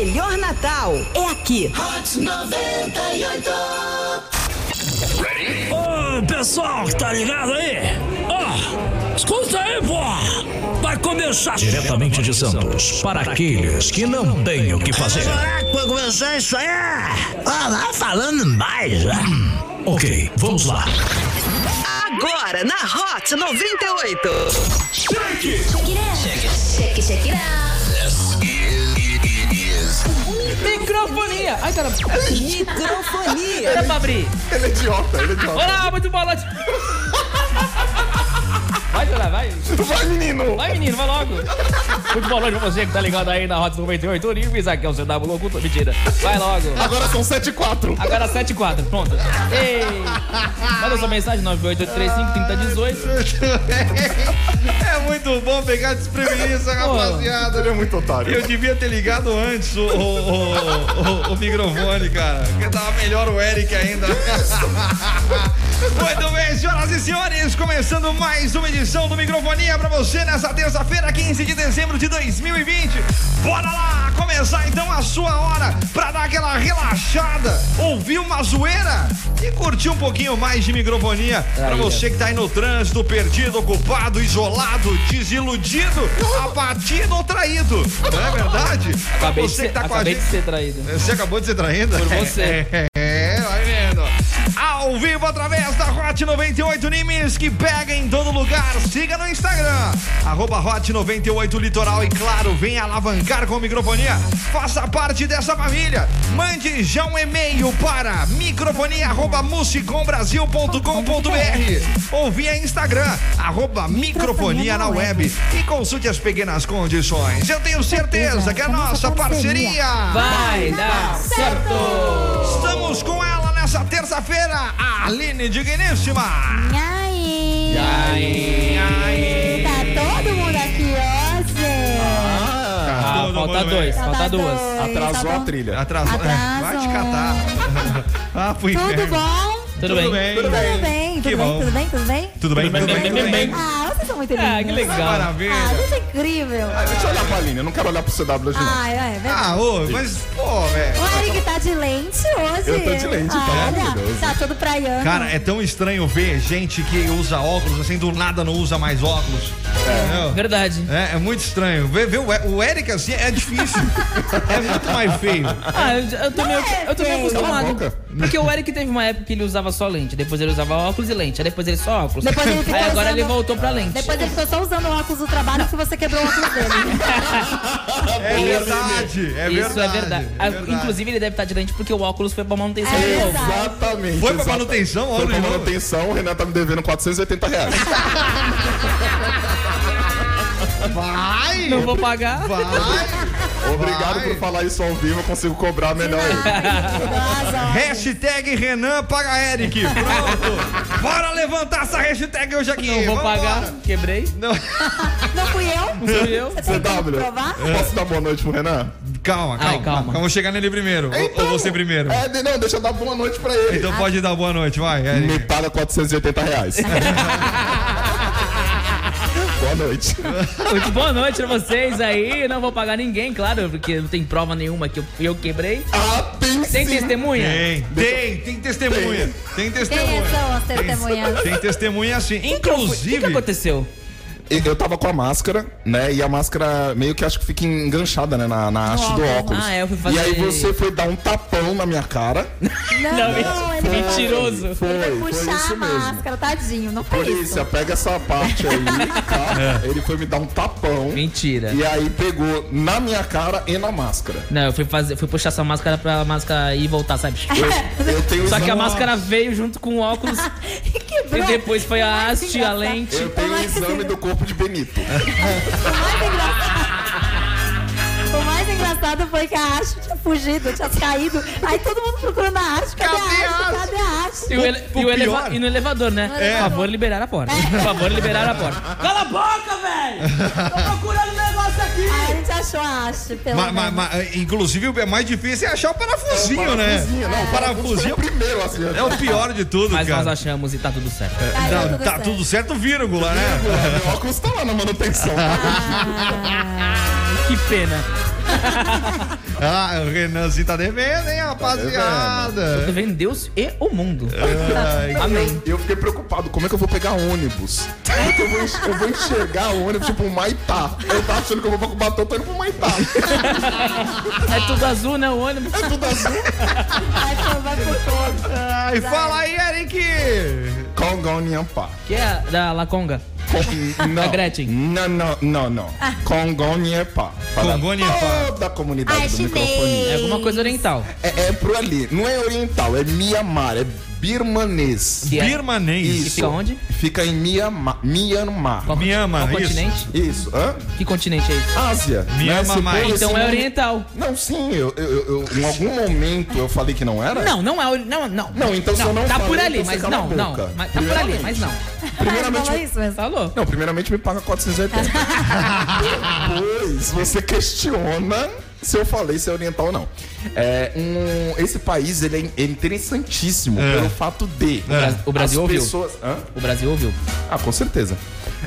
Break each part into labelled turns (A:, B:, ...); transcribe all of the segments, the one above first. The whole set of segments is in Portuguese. A: Melhor Natal é aqui.
B: Hot 98.
C: Ô, pessoal, tá ligado aí? Ó, escuta aí, pô! Vai começar diretamente de Santos, para aqueles que não têm o que fazer.
D: Vai começar isso aí? Ah, vai falando mais.
C: né? Ok, vamos lá.
A: Agora na Hot 98.
E: Shake, shake it out.
F: Microfonia! Ai, cara,
A: Microfonia.
F: era pra abrir!
G: Ele é idiota, ele é idiota.
F: Olá, muito boa noite! Vai, Dona, vai!
G: Vai, menino!
F: Vai, menino, vai logo! Muito boa noite pra você que tá ligado aí na Rota 98 Unives, aqui é o CW Locutor, mentira! Vai logo!
G: Agora são 7 e 4.
F: Agora 7 e 4, pronto! Ei! Manda sua mensagem 988353018
H: É muito bom pegar desprevenido essa rapaziada. né?
G: Ele é muito otário.
H: Eu devia ter ligado antes o, o- o- o- o microfone, cara. Que tava melhor o Eric ainda. Muito bem, senhoras e senhores, começando mais uma edição do Microfonia pra você nessa terça-feira, 15 de dezembro de 2020. Bora lá começar então a sua hora pra dar aquela relaxada, ouvir uma zoeira e curtir um pouquinho mais de microfonia pra
F: Aí,
H: você que tá aí no trânsito, perdido, ocupado, isolado, desiludido, abatido ou traído. Não é verdade? Pra
F: Acabei, de
H: você
F: ser,
H: que tá com a
F: acabei
H: gente.
F: de ser traído.
H: Você acabou de ser traído?
F: Por você.
H: É, vai vendo. Ao vivo através da Hot 98 Nimes, que pega em todo lugar. Siga no Instagram, arroba Hot 98 Litoral e claro, venha alavancar com microfonia. Faça parte dessa família. Mande já um e-mail para microfonia.musicombrasil.com.br ou via Instagram, arroba microfonia na web e consulte as pequenas condições. Eu tenho certeza que a nossa parceria
F: Vai dar certo!
H: Estamos com ela nessa terça-feira, a Aline Digníssima.
E: E aí? Tá todo mundo aqui, ó, Zé.
F: Ah, falta dois,
E: Tá
F: falta duas.
G: Atrasou a trilha.
H: Atrasou.
E: Atrasou.
H: Vai te catar. ah, fui
E: Tudo bom?
F: Tudo bem?
E: Tudo bem,
H: Que
E: tudo
H: bom.
E: bem, tudo bem, tudo bem?
H: Tudo bem, tudo bem, tudo bem.
E: Ah, vocês são muito lindos.
F: Ah, que legal.
E: Ah,
H: Maravilha.
E: vocês são incrível.
G: Deixa eu olhar pra Aline, eu não quero olhar pro CW hoje não.
E: Ah, é verdade.
H: Ah, ô, mas, pô, velho.
E: O Eric tá de lente hoje.
G: Eu tô de lente, pelo amor de Deus.
E: Olha, tá todo praiano.
H: Cara, é tão estranho ver gente que usa óculos, assim, do nada não usa mais óculos. Entendeu?
F: Verdade.
H: É, é muito estranho. Ver, ver o, E- o Eric assim é difícil. é muito mais feio.
F: Ah, eu, eu tô meio, eu tô meio
E: Não é, gente.
G: Cala a
F: acostumado.
G: boca.
F: Porque o Eric teve uma época que ele usava só lente, depois ele usava óculos e lente, aí depois ele só óculos.
E: Depois ele ficou
F: aí agora
E: usando-
F: ele voltou pra lente.
E: Depois ele ficou só usando o óculos do trabalho porque você quebrou o óculos dele.
H: É verdade, é verdade.
F: Isso é verdade. Ah,
H: é verdade.
F: Inclusive, ele deve estar de lente porque o óculos foi pra manutenção
E: É
F: de novo.
E: verdade.
G: Exatamente.
H: Foi pra
G: exata-
H: manutenção, olha
G: Foi pra
H: de novo.
G: manutenção, o Renato tá me devendo 480 reais.
H: Vai!
F: Não vou pagar.
H: Vai!
G: Obrigado
H: Vai.
G: por falar isso ao vivo, eu consigo cobrar melhor.
E: Nossa,
H: Hashtag Renan paga Eric. Pronto. Bora levantar essa hashtag hoje aqui.
F: Não vou
H: Vambora.
F: pagar. Quebrei.
H: Não.
E: não fui eu?
F: Sou eu.
E: Você tem como provar?
G: CW,
H: É.
G: posso dar boa noite pro Renan?
H: Calma, calma.
F: Ai, calma.
H: Vamos chegar nele primeiro. Ou-
G: Então.
H: Ou você primeiro.
G: É, de- não, deixa eu dar boa noite pra ele.
H: Então é. pode dar boa noite, vai,
G: Me
H: Eric.
G: paga 480 reais. boa noite.
F: Muito boa noite pra vocês aí. Não vou pagar ninguém, claro, porque não tem prova nenhuma que eu, eu quebrei.
G: Ah, tem
F: Tem
G: sim.
F: testemunha?
H: Tem, tem, tem testemunha. Tem
E: Quem
H: testemunha.
F: é.
E: são as testemunhas?
H: Tem testemunha assim.
F: O Então, que
H: Inclusive.
F: aconteceu?
G: E- Eu tava com a máscara, né? E a máscara meio que acho que fica enganchada, né? Na, na haste do
E: óculos.
G: óculos.
F: Ah, é, eu fui fazer-
G: E aí você foi dar um tapão na minha cara.
F: Não,
E: ele vai-
F: mentiroso.
G: Foi,
E: Ele vai
G: foi
E: puxar
G: isso
E: a
G: mesmo.
E: máscara, tadinho. Não foi isso.
G: Polícia, pega essa parte aí, tá?
F: É.
G: Ele foi me dar um tapão.
F: Mentira.
G: E aí pegou na minha cara e na máscara.
F: Não, eu fui fazer, fui puxar essa máscara pra máscara ir e voltar, sabe?
E: É.
G: Eu tenho
F: Só que a
G: exame-
F: máscara veio junto com o óculos
E: Quebrou.
F: e depois foi a
E: Mais
F: haste, a
E: engraçado.
F: lente.
G: Eu tenho o
E: Tipo,
G: exame
E: assim.
G: do corpo de Benito.
E: É. O mais engraçado- O mais engraçado foi que a haste tinha fugido, tinha caído. Aí todo mundo procurando a haste. Cadê, a haste? Cadê a haste?
F: E, o ele-
H: o
F: e o eleva-
H: pior-
F: e no elevador, né? Por favor, liberar a porta. Por favor, liberar a porta. Cala a boca, velho! Tô procurando um negócio aqui!
E: Aí a gente achou a haste, pelo
H: Ma- ma-
E: menos.
H: ma- inclusive, o mais difícil é achar o parafusinho, né?
G: não,
H: o
G: Foi o
H: parafusinho
G: primeiro, assim.
H: é o pior de tudo,
F: Mas nós
H: cara.
F: achamos e tá tudo certo.
G: É.
E: Aí deu
H: Tá, tá tudo certo, vírgula, né?
G: Meu óculos tá lá na manutenção.
F: Que pena.
H: Ah, o Renanzinho tá devendo, hein,
G: É.
H: rapaziada?
F: Vendeu-se e o mundo. Amém.
G: E eu fiquei preocupado, como é que eu vou pegar ônibus? Como é que eu vou, enx- eu vou enxergar o ônibus tipo um Maitá? Eu tava achando que eu vou pro Batom, tô indo pro Maitá.
F: É tudo azul, né? O ônibus.
G: É tudo azul.
E: Vai, pô, vai por todos.
H: Ai, Ah, fala aí, Eric!
G: Congon Nhampá.
F: Que é da Laconga.
G: Com- Não.
F: Gretchen.
G: Não, não, não, não.
F: Ah.
G: Congon Nhampá.
H: Congon Nhampá.
G: Da comunidade
E: Ai,
G: do
E: chinês.
G: microfone.
F: É alguma coisa oriental.
G: É, é pro ali. Não é oriental, é Mianmar, é birmanês.
F: Que é-
H: Birmanês.
F: E fica onde?
G: Fica em Mianmar. Mianmar.
F: Qual conti-
H: Mianmar,
F: Qual
H: isso.
F: continente?
G: Isso, hã?
F: Que continente é esse?
G: Ásia.
H: Mianmar,
G: Né?
H: mas-
G: Esse povo,
F: Então
G: assim,
F: é
G: não-
F: oriental.
G: Não, sim, eu, eu, eu- em algum momento eu falei que não era?
F: Não, não é oriental. Não, não.
G: Não, então se eu não
F: Tá
G: falei,
F: por ali,
G: então você
F: mas
G: cala a
F: não, não.
G: boca.
F: Mas Tá por ali,
G: Primeiramente.
F: mas não. Tá
G: Primeiramente,
E: Fala isso, mas...
F: Falou.
G: não, primeiramente me paga 480. Depois você questiona se eu falei se é oriental ou não. É, um- esse país ele é in- é interessantíssimo
H: É.
G: pelo fato de
F: Bra- o Brasil
G: as
F: ouviu?
G: pessoas, Hã?
F: O Brasil ouviu.
G: Ah, com certeza.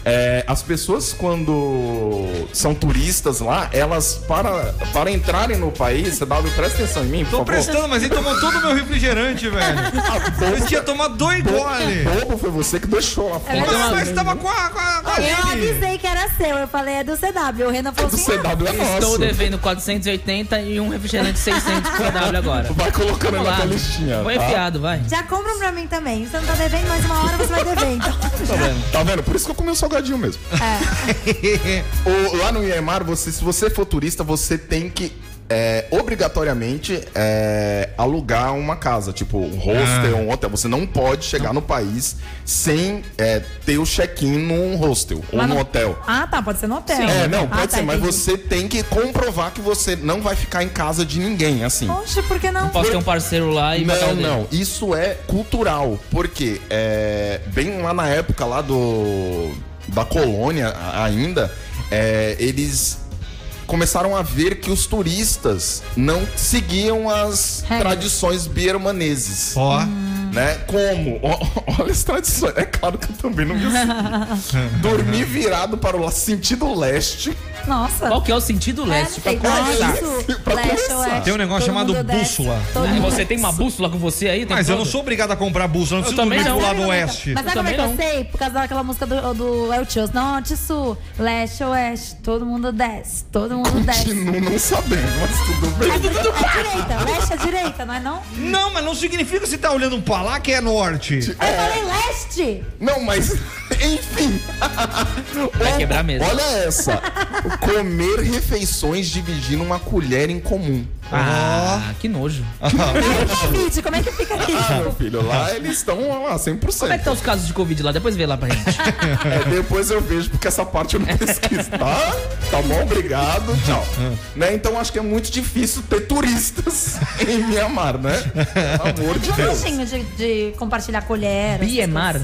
G: É, as pessoas, quando são turistas lá, elas, para, para entrarem no país, W, presta atenção em mim, por
H: Tô
G: favor.
H: prestando, mas ele tomou todo o meu refrigerante, velho.
G: Ah,
H: Eu
G: bobo,
H: tinha tomado dois goles.
G: bobo foi você que deixou lá fora.
F: Tem que ter
H: Não,
F: uma-
H: mas tava com a. Com a, com a
E: Eu
H: Lili.
E: avisei que era seu, eu falei, é do CW. O Renan falou
G: Do
E: assim, ah,
G: CW é
F: Estou
G: nosso.
F: devendo 480 e um refrigerante 600 pro CW agora.
G: Vai colocando
F: Vamos
G: aí na
F: lá.
G: tua listinha.
F: Vou
G: tá?
F: enfiado, vai.
E: já compra um pra mim também. Você não tá devendo, mas uma hora você vai dever, então.
G: Tá vendo? Por isso que eu comi um salgadinho mesmo. O- lá no Iemar, você, se você for turista, você tem que é, obrigatoriamente é, alugar uma casa, tipo um hostel, um hotel. Você não pode chegar no país sem é, ter o check-in num hostel ou
E: Mas
G: num
E: não-
G: hotel.
E: Ah, tá, pode ser no hotel.
G: É, não,
E: Ah,
G: pode
E: tá,
G: ser, mas
E: entendi.
G: você tem que comprovar que você não vai ficar em casa de ninguém, assim.
E: Poxa, por que não?
F: Posso ter um parceiro lá e matar
G: Não,
F: o dele.
G: não. Isso é cultural. Porque é, bem lá na época lá do da colônia a- ainda, é, eles começaram a ver que os turistas não seguiam as
E: Regras.
G: tradições birmaneses.
H: Ó.
G: Né? Como? Ó, Olha as tradições. É claro que eu também não me segui. Dormir virado para o la- sentido leste.
E: Nossa.
F: Qual que é o sentido
E: É,
F: leste?
E: não
F: pra
E: tem como
G: começar.
E: isso.
G: tá Pra
E: Leste,
G: começar.
E: oeste,
H: Tem um negócio
E: todo
H: chamado
E: mundo desce,
H: bússola. É,
E: todo
F: Ah,
E: mundo
F: Você tem uma bússola com você aí? o tempo
H: Mas eu não
F: todo?
H: sou obrigado a comprar bússola, não preciso
F: também
H: dormir
F: não.
H: pro
E: sabe
H: lado
E: como é que-
H: oeste.
E: Mas sabe
F: Eu
E: como é que
F: também
E: eu sei? Por causa daquela música do, do El Tios. Norte, sul, leste, oeste. Todo mundo desce. Todo mundo desce.
G: Continuo não sabendo, mas tudo bem.
E: É direita, é direita. Leste é direita, não é não?
H: Não, mas não significa que você tá olhando pra lá que é norte.
E: Eu falei leste.
G: Não, mas enfim.
F: Vai quebrar mesmo.
G: Olha essa. Comer refeições dividindo uma colher em comum.
F: Ah, que nojo.
E: Aí, Covid, como é que fica
G: Ah, meu
E: isso?
G: filho, lá eles estão lá, 100%.
F: Como é que tá os casos de Covid lá? Depois vê lá pra gente.
G: É, depois eu vejo, porque essa parte eu não pesquiso, tá? Tá bom, obrigado, tchau. né? Então acho que é muito difícil ter turistas em Mianmar, né? Pelo amor de
E: E o
G: Deus.
F: assim,
E: gostinho de, de compartilhar colher? essas
F: Biemar.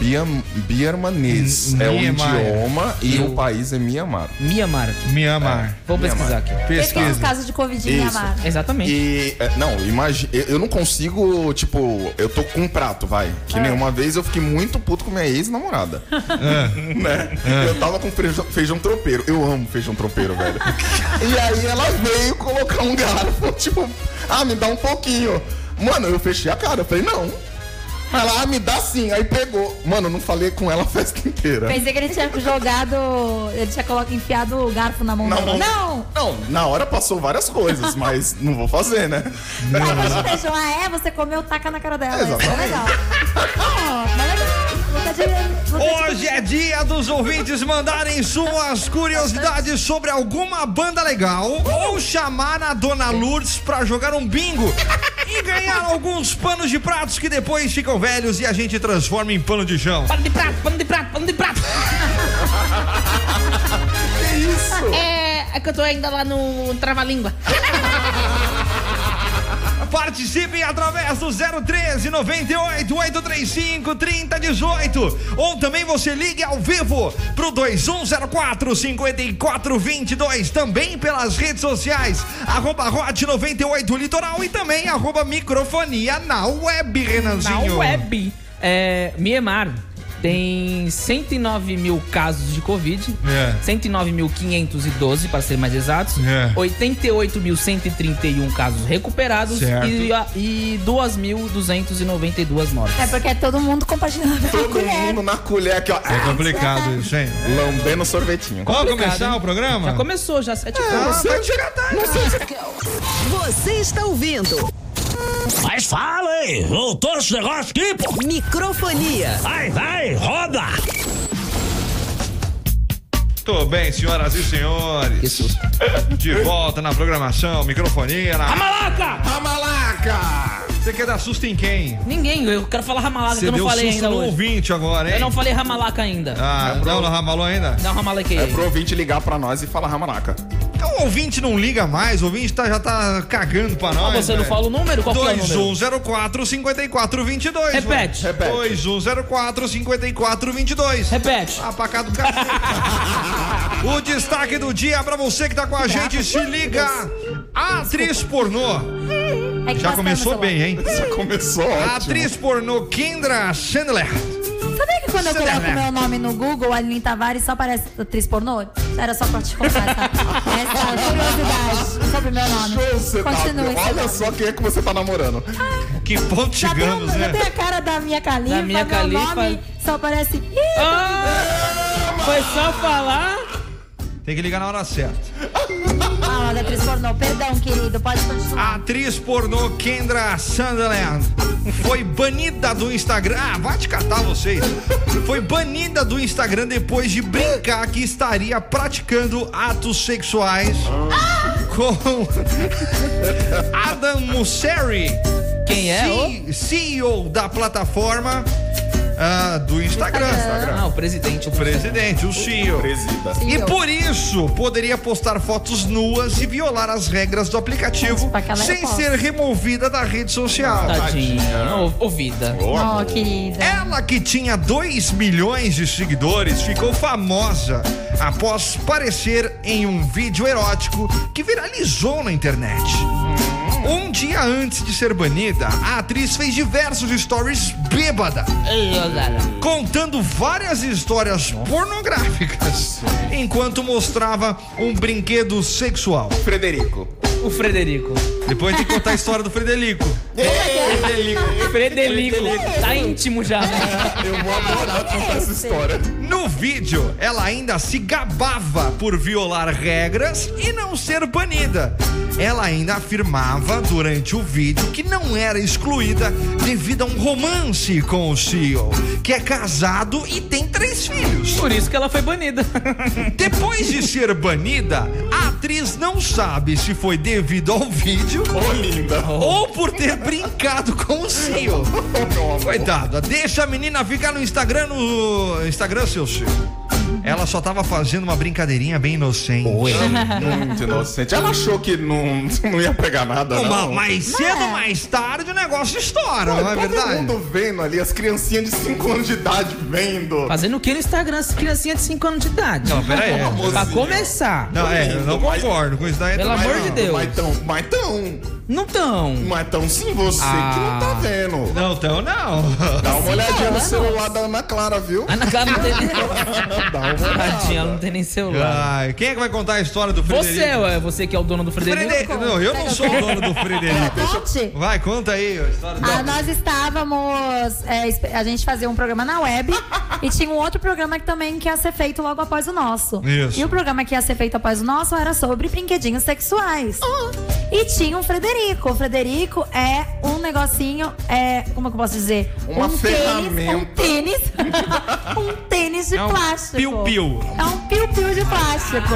G: Biam- Birmanês
H: M-
G: é o
H: Mianmar.
G: idioma e
F: Eu-
G: o país é Mianmar.
F: Mianmar.
H: Mianmar.
F: Vou pesquisar aqui.
E: Pesquisa os
H: Pesquisa.
E: casos de Covid em
G: Isso.
E: Amar.
F: Exatamente.
G: E, é, não, imagina. Eu, eu não consigo, tipo, eu tô com um prato, vai. Que nenhuma vez eu fiquei muito puto com minha ex-namorada. né? Eu tava com feijão, feijão tropeiro. Eu amo feijão tropeiro, velho. e aí ela veio colocar um garfo, tipo, ah, me dá um pouquinho. Mano, eu fechei a cara. Eu falei, não. Ela, ah, me dá sim. Aí pegou. Mano, eu não falei com ela a festa inteira.
E: Pensei que ele tinha jogado. Ele tinha colocado, enfiado o garfo na mão
G: Na
E: dela.
G: mão.
E: Não!
G: Não, na hora passou várias coisas, mas não vou fazer, né?
E: Tava de feijão. Ah, é? Você comeu, taca na cara dela. Isso é
G: Exatamente.
E: legal. Ah, mas legal. Luta de- luta de-
H: Hoje é dia dos ouvintes mandarem suas curiosidades sobre alguma banda legal ou chamar a Dona Lourdes pra jogar um bingo e ganhar alguns panos de pratos que depois ficam velhos e a gente transforma em pano de chão.
F: Pano de prato, pano de prato, pano de prato.
G: Que isso?
F: É, é que eu tô ainda lá no trava-língua.
H: Participe através do 013 98 835 3018 ou também você ligue ao vivo pro 2104 5422 também pelas redes sociais arroba hot 98 litoral e também arroba microfonia na web
F: Na
H: Renanzinho.
F: web. É, Mianmar. tem 109 mil casos de Covid,
B: É.
F: 109.512 para ser mais exatos,
B: É.
F: 88.131 casos recuperados
B: Certo.
F: e, a- e 2.292 mortes.
E: É porque é todo mundo compartilhando a
G: Todo
E: colher.
G: mundo na colher aqui, ó.
B: É complicado isso, hein?
G: Lambendo um sorvetinho.
B: Vamos
F: Complicado,
B: começar
F: hein?
B: o programa?
F: Já começou, já sete
B: Ah,
F: horas.
B: vai te catar, cara.
A: Você está ouvindo
C: Mas fala, hein? Voltou esse negócio aqui, pô.
A: Microfonia.
C: Vai, vai, roda.
H: Muito bem, senhoras e senhores.
F: Isso.
H: De volta na programação, microfonia. Na...
F: Malaca!
G: A malaca!
H: Você quer dar susto em quem?
F: Ninguém, eu quero falar ramalaca que
H: Você
F: Ah, eu não
H: deu
F: falei
H: susto
F: ainda
H: no
F: hoje.
H: ouvinte agora, hein?
F: Eu não falei ramalaca ainda.
H: Ah, não, não ramalou ainda?
F: Dá uma ramalaquei
G: É
F: aí.
G: pro ouvinte ligar pra nós e falar ramalaca.
H: Então o ouvinte não liga mais, o ouvinte tá- já tá cagando pra
F: Ah,
H: nós. né? um
F: você não
H: velho.
F: fala o número? Qual que é o número?
H: 2104 5422.
F: Repete.
H: mano. 2104 5422.
F: Repete.
H: Ah, pra cá do cacete. o destaque do dia pra você que tá com a gente, se liga. Atriz pornô.
E: É que
H: Já
E: nós
H: começou
E: temos
H: bem, hein?
G: Já começou ótimo.
H: Atriz pornô Kendra Chandler.
E: Sabia que quando eu
H: Você
E: coloco
H: deve-
E: meu nome no Google, Aline Tavares, só aparece atriz pornô? Era só pra te contar essa, essa curiosidade sobre meu nome.
G: Show, você tá-
E: Continue.
G: Olha só quem é que você tá namorando.
H: Que ponto
F: Tá
E: Já tem,
H: chegamos,
E: um- já
H: né?
E: tem a cara da minha califa,
F: Da Mia
E: meu
F: Khalifa.
E: nome só aparece... Ih,
F: Ah, foi só falar.
H: Tem que ligar na hora certa.
E: Ah, olha, atriz pornô. Perdão, querido, pode
H: A
E: continuar.
H: atriz pornô Kendra Sunderland foi banida do Instagram. Ah, vai te catar vocês. Foi banida do Instagram depois de brincar que estaria praticando atos sexuais com Adam Musseri,
F: Quem é? o?
H: C- CEO da plataforma ah, do Instagram.
F: Ah, o presidente.
H: O presidente, o CEO.
G: Presida.
H: E por isso, poderia postar fotos nuas e violar as regras do aplicativo
E: Pra que ela
H: sem
E: possa.
H: ser removida da rede social.
F: Tá Tadinha. Ô, ô, vida.
E: Ó, querida.
H: Ela que tinha 2 milhões de seguidores ficou famosa após parecer em um vídeo erótico que viralizou na internet. Um dia antes de ser banida, a atriz fez diversos stories bêbada. contando várias histórias pornográficas enquanto mostrava um brinquedo sexual.
G: Frederico.
F: O Frederico.
H: Depois tem que contar a história do Frederico.
F: Frederico. Tá íntimo já. né?
G: Eu vou adorar contar essa história.
H: No vídeo, ela ainda se gabava por violar regras e não ser banida. Ela ainda afirmava durante o vídeo que não era excluída devido a um romance com o CEO, que é casado e tem três filhos.
F: Por isso que ela foi banida.
H: Depois de ser banida, a atriz não sabe se foi devido ao vídeo
G: Ô, linda.
H: ou por ter brincado com o CEO. Coitada, deixa a menina ficar no Instagram, no Instagram, seu senhor. Ela só tava fazendo uma brincadeirinha bem inocente.
G: Muito inocente. Ela achou que não, não ia pegar nada,
H: Bom,
G: não.
H: mais cedo, mais tarde, o negócio estoura, não
G: Tá
H: é
G: Todo
H: verdade?
G: mundo vendo ali, as criancinhas de 5 anos de idade vendo.
F: Fazendo o que no Instagram, essa criancinha de 5 anos de idade?
H: Não, peraí.
F: Pra
G: Mozinho.
F: começar.
H: Não, é, eu não concordo com isso daí.
F: Pelo
H: também,
F: amor de
H: não.
F: Deus.
G: Mas tão, mas tão,
F: Não tão.
G: mas tão sim você que não tá
F: Ah.
G: vendo.
H: Não, então não.
G: Dá uma olhadinha no
E: anos.
G: celular da Ana Clara, viu?
F: Ana Clara não tem nem...
G: Dá uma olhada.
F: Tadinha, ela não tem nem celular.
H: Ai, quem é que vai contar a história do Frederico?
F: Você, ué, você que é o dono do Frederico.
H: Frederico. Não, eu não sou o dono do Frederico.
E: Conte.
H: Vai, conta aí a história do
E: É Ah, nós estávamos. é, esp- a gente fazia um programa na web e tinha um outro programa que também que ia ser feito logo após o nosso.
H: Isso.
E: E o programa que ia ser feito após o nosso era sobre brinquedinhos sexuais. E tinha um Frederico. O Frederico é um negocinho, é, como é que eu posso dizer?
G: Uma
E: um
G: ferramenta.
E: Tênis, um tênis. um tênis de
H: É um
E: plástico.
H: piu-piu.
E: É um piu-piu de plástico.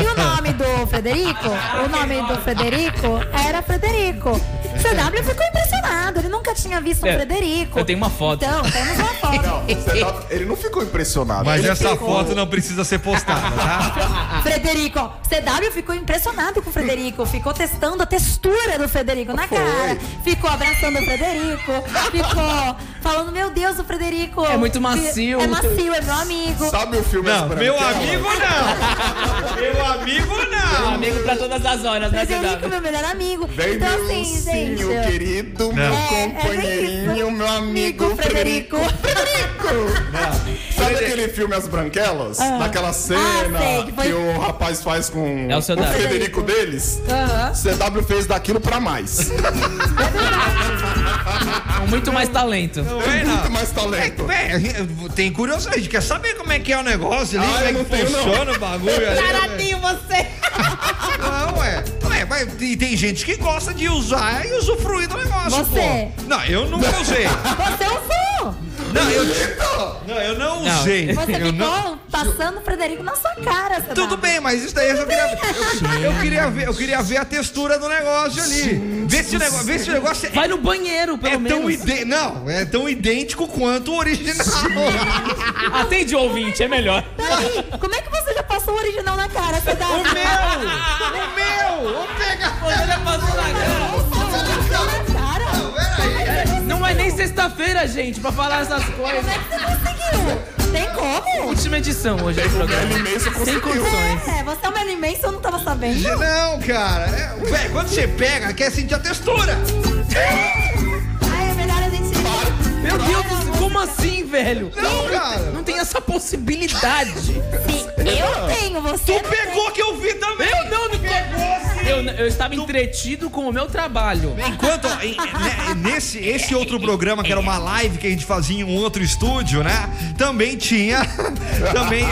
E: E o nome do Frederico? O nome do Frederico era Frederico. CW ficou impressionado, ele nunca tinha visto um
F: É,
E: Frederico.
F: eu tenho uma foto.
E: Então, temos uma foto.
G: Você tá- Ele não ficou impressionado.
H: Mas
G: ele
H: essa
G: ficou-
H: foto não precisa ser postada, tá?
E: Ah. Frederico, CW ficou impressionado com o Frederico, ficou testando a textura do Frederico na cara, ficou abraçando o Frederico, ficou falando, meu Deus, o Frederico.
F: É muito macio.
E: É macio, é meu amigo.
G: Sabe o filme As
H: Não, meu
G: Branquelas?
H: amigo não! Meu amigo
F: Um
H: não!
F: amigo pra todas as horas, né,
E: Frederico,
F: CW?
E: meu melhor amigo.
G: Vem
E: então,
G: meu
E: assim,
G: ursinho
E: gente. É,
G: querido,
H: Não.
G: Companheirinho, meu amigo Frederico. Sabe aquele filme As Branquelas? Naquela cena
E: Ah, sei, que
G: que,
E: foi-
G: o rapaz faz com
F: É o
G: o
F: CW.
G: Frederico deles?
E: Aham.
G: CW fez daquilo pra mais.
F: Com muito mais talento.
G: Tem muito mais talento.
H: É, tem curiosidade, a gente quer saber como é que é o negócio ali,
G: Ah,
H: como é
G: eu não
H: que
G: tenho, não.
H: funciona o bagulho ali. né?
E: Baratinho você.
H: Não, ué. Ué, mas e tem gente que gosta de usar e usufruir do negócio,
E: Você.
H: pô. Não, eu nunca usei.
E: Você é um usou.
H: Não, eu, não, eu não
F: Não.
H: usei.
E: Você
H: eu
E: ficou
H: não...
E: passando o Frederico na sua cara. Sedab.
H: Tudo bem, mas isso daí eu só queria ver. Eu, eu queria ver, eu queria ver a textura do negócio ali. Vê se o negócio, vê se o negócio é,
F: Vai no banheiro, pelo
H: é tão
F: menos.
H: idê- não, é tão idêntico quanto o original.
F: Atende o ouvinte, é melhor.
E: Peraí, como é que você já passou o original na cara, Sedab? O
H: Meu, vou pegar.
F: Você já passou na cara.
E: meu! cara.
F: Não é nem sexta-feira, gente, pra falar essas
E: Como
F: coisas.
E: é que você conseguiu? Tem como?
F: Última edição hoje do programa.
G: Imenso
F: Sem condições.
E: É, você é uma imensa, eu não tava sabendo.
H: Não, cara. É, ué, quando você pega, quer sentir a textura.
E: Ai, é melhor a gente...
F: Meu Deus, do céu, como assim, velho?
H: Não, cara.
F: Não tem essa possibilidade.
E: Sim, assim, eu tenho, você
H: Tu
E: não
H: pegou que eu vi também.
F: Eu não me eu, eu estava entretido com o meu trabalho.
H: Enquanto ó, em- né, nesse esse outro programa que era uma live que a gente fazia em um outro estúdio, né? Também tinha também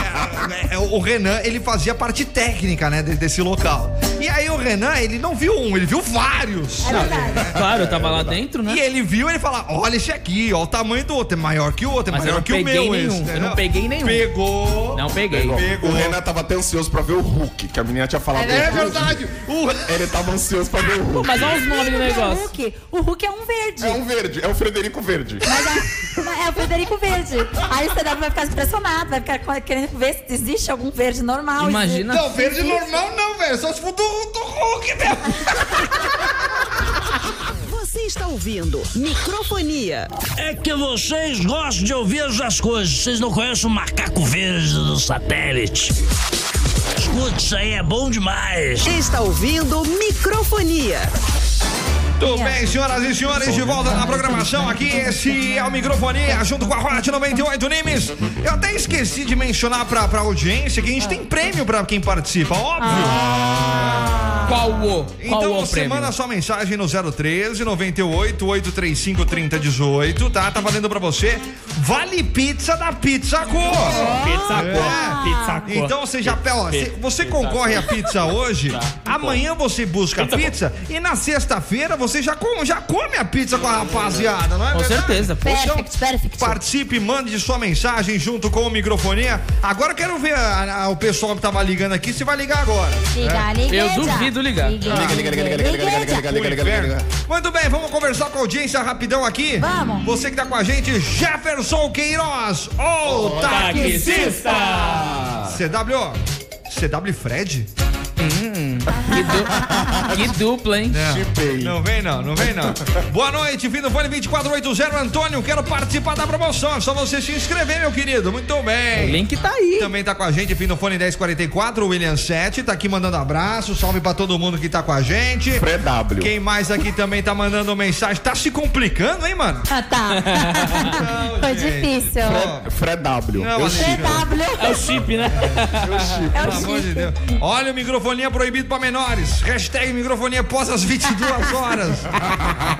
H: é, é, o Renan, ele fazia parte técnica, né, de- desse local. E aí o Renan, ele não viu um, ele viu vários.
E: tem. É verdade.
F: Claro, eu tava lá dentro, né?
H: E ele viu, ele fala: "Olha esse aqui, ó, o tamanho do outro, é maior que o outro, é
F: Mas eu
H: maior
F: não
H: que o
F: peguei
H: meu
F: nenhum,
H: esse",
F: eu não
H: entendeu?
F: peguei nenhum.
H: Pegou.
F: Não peguei.
H: Pegou.
G: O Renan tava até ansioso pra ver o Hulk, que a menina tinha falado.
E: É
G: do Hulk.
H: Verdade. O-
G: Ele tava ansioso pra ver o
F: Pô,
G: Hulk.
F: mas olha os nomes do
E: Não é O
F: negócio.
E: Hulk, o Hulk é um verde.
G: É um verde, é o Frederico Verde.
E: É o Frederico Verde. Aí o CW vai ficar impressionado, vai ficar co- querendo ver se existe algum verde normal.
F: Imagina.
H: Não, verde normal não, velho. Só se for do, do Hulk, meu.
A: Você está ouvindo Microfonia.
C: É que vocês gostam de ouvir essas coisas. Vocês não conhecem o macaco verde do satélite. Escute, isso aí é bom demais.
A: Está ouvindo Microfonia.
H: Tudo bem, senhoras e senhores, de volta na programação aqui. Esse é o Microfonia, junto com a Hot 98 Nimes. Eu até esqueci de mencionar pra, pra audiência que a gente tem prêmio pra quem participa, óbvio.
F: Qual o? Qual
H: Então
F: o
H: você
F: prêmio?
H: manda sua mensagem no 013 98 835 3018, tá? Tá valendo pra você. Vale pizza da Pizza Cor.
I: Pizza
H: É.
I: cor. Pizza cor.
H: Então você já ó, você, você concorre à pizza hoje, amanhã você busca a pizza e na sexta-feira você já, com, já come a pizza com a rapaziada, não é?
F: Com
H: verdade?
F: certeza, pô.
E: Perfect, perfect.
H: Participe, mande sua mensagem junto com o microfonia. Agora eu quero ver a- a- o pessoal que tava ligando aqui se vai ligar agora.
E: Liga, liga.
F: É. Eu duvido ligar.
G: Liga, liga, liga, liga, liga, liga, liga, liga, liga, liga, liga, liga.
H: Muito bem, vamos conversar com a audiência rapidão aqui.
E: Vamos.
H: Você que tá com a gente, Jefferson Queiroz, o taxista. CW, CW Fred?
F: Que, du- que dupla, hein?
G: Chipei.
H: Não vem não, não vem não. Boa noite, fim do fone 2480, Antônio. Quero participar da promoção. É só você se inscrever, meu querido. Muito
F: O
H: bem.
F: link tá aí.
H: Também tá com a gente, fim do fone 1044, o William 7, tá aqui mandando abraço, salve pra todo mundo que tá com a gente.
G: Fred W.
H: Quem mais aqui também tá mandando mensagem? Tá se complicando, hein, mano?
E: Ah, tá. Foi
H: gente.
E: difícil.
G: Fred W.
H: Não,
G: Eu
H: assim,
G: chip.
F: É o
E: CW.
F: chip, né?
E: É o
H: Pelo amor de
E: chip.
H: Deus. Olha o microfonia proibido pra menores. Hashtag microfonia após as 22 horas.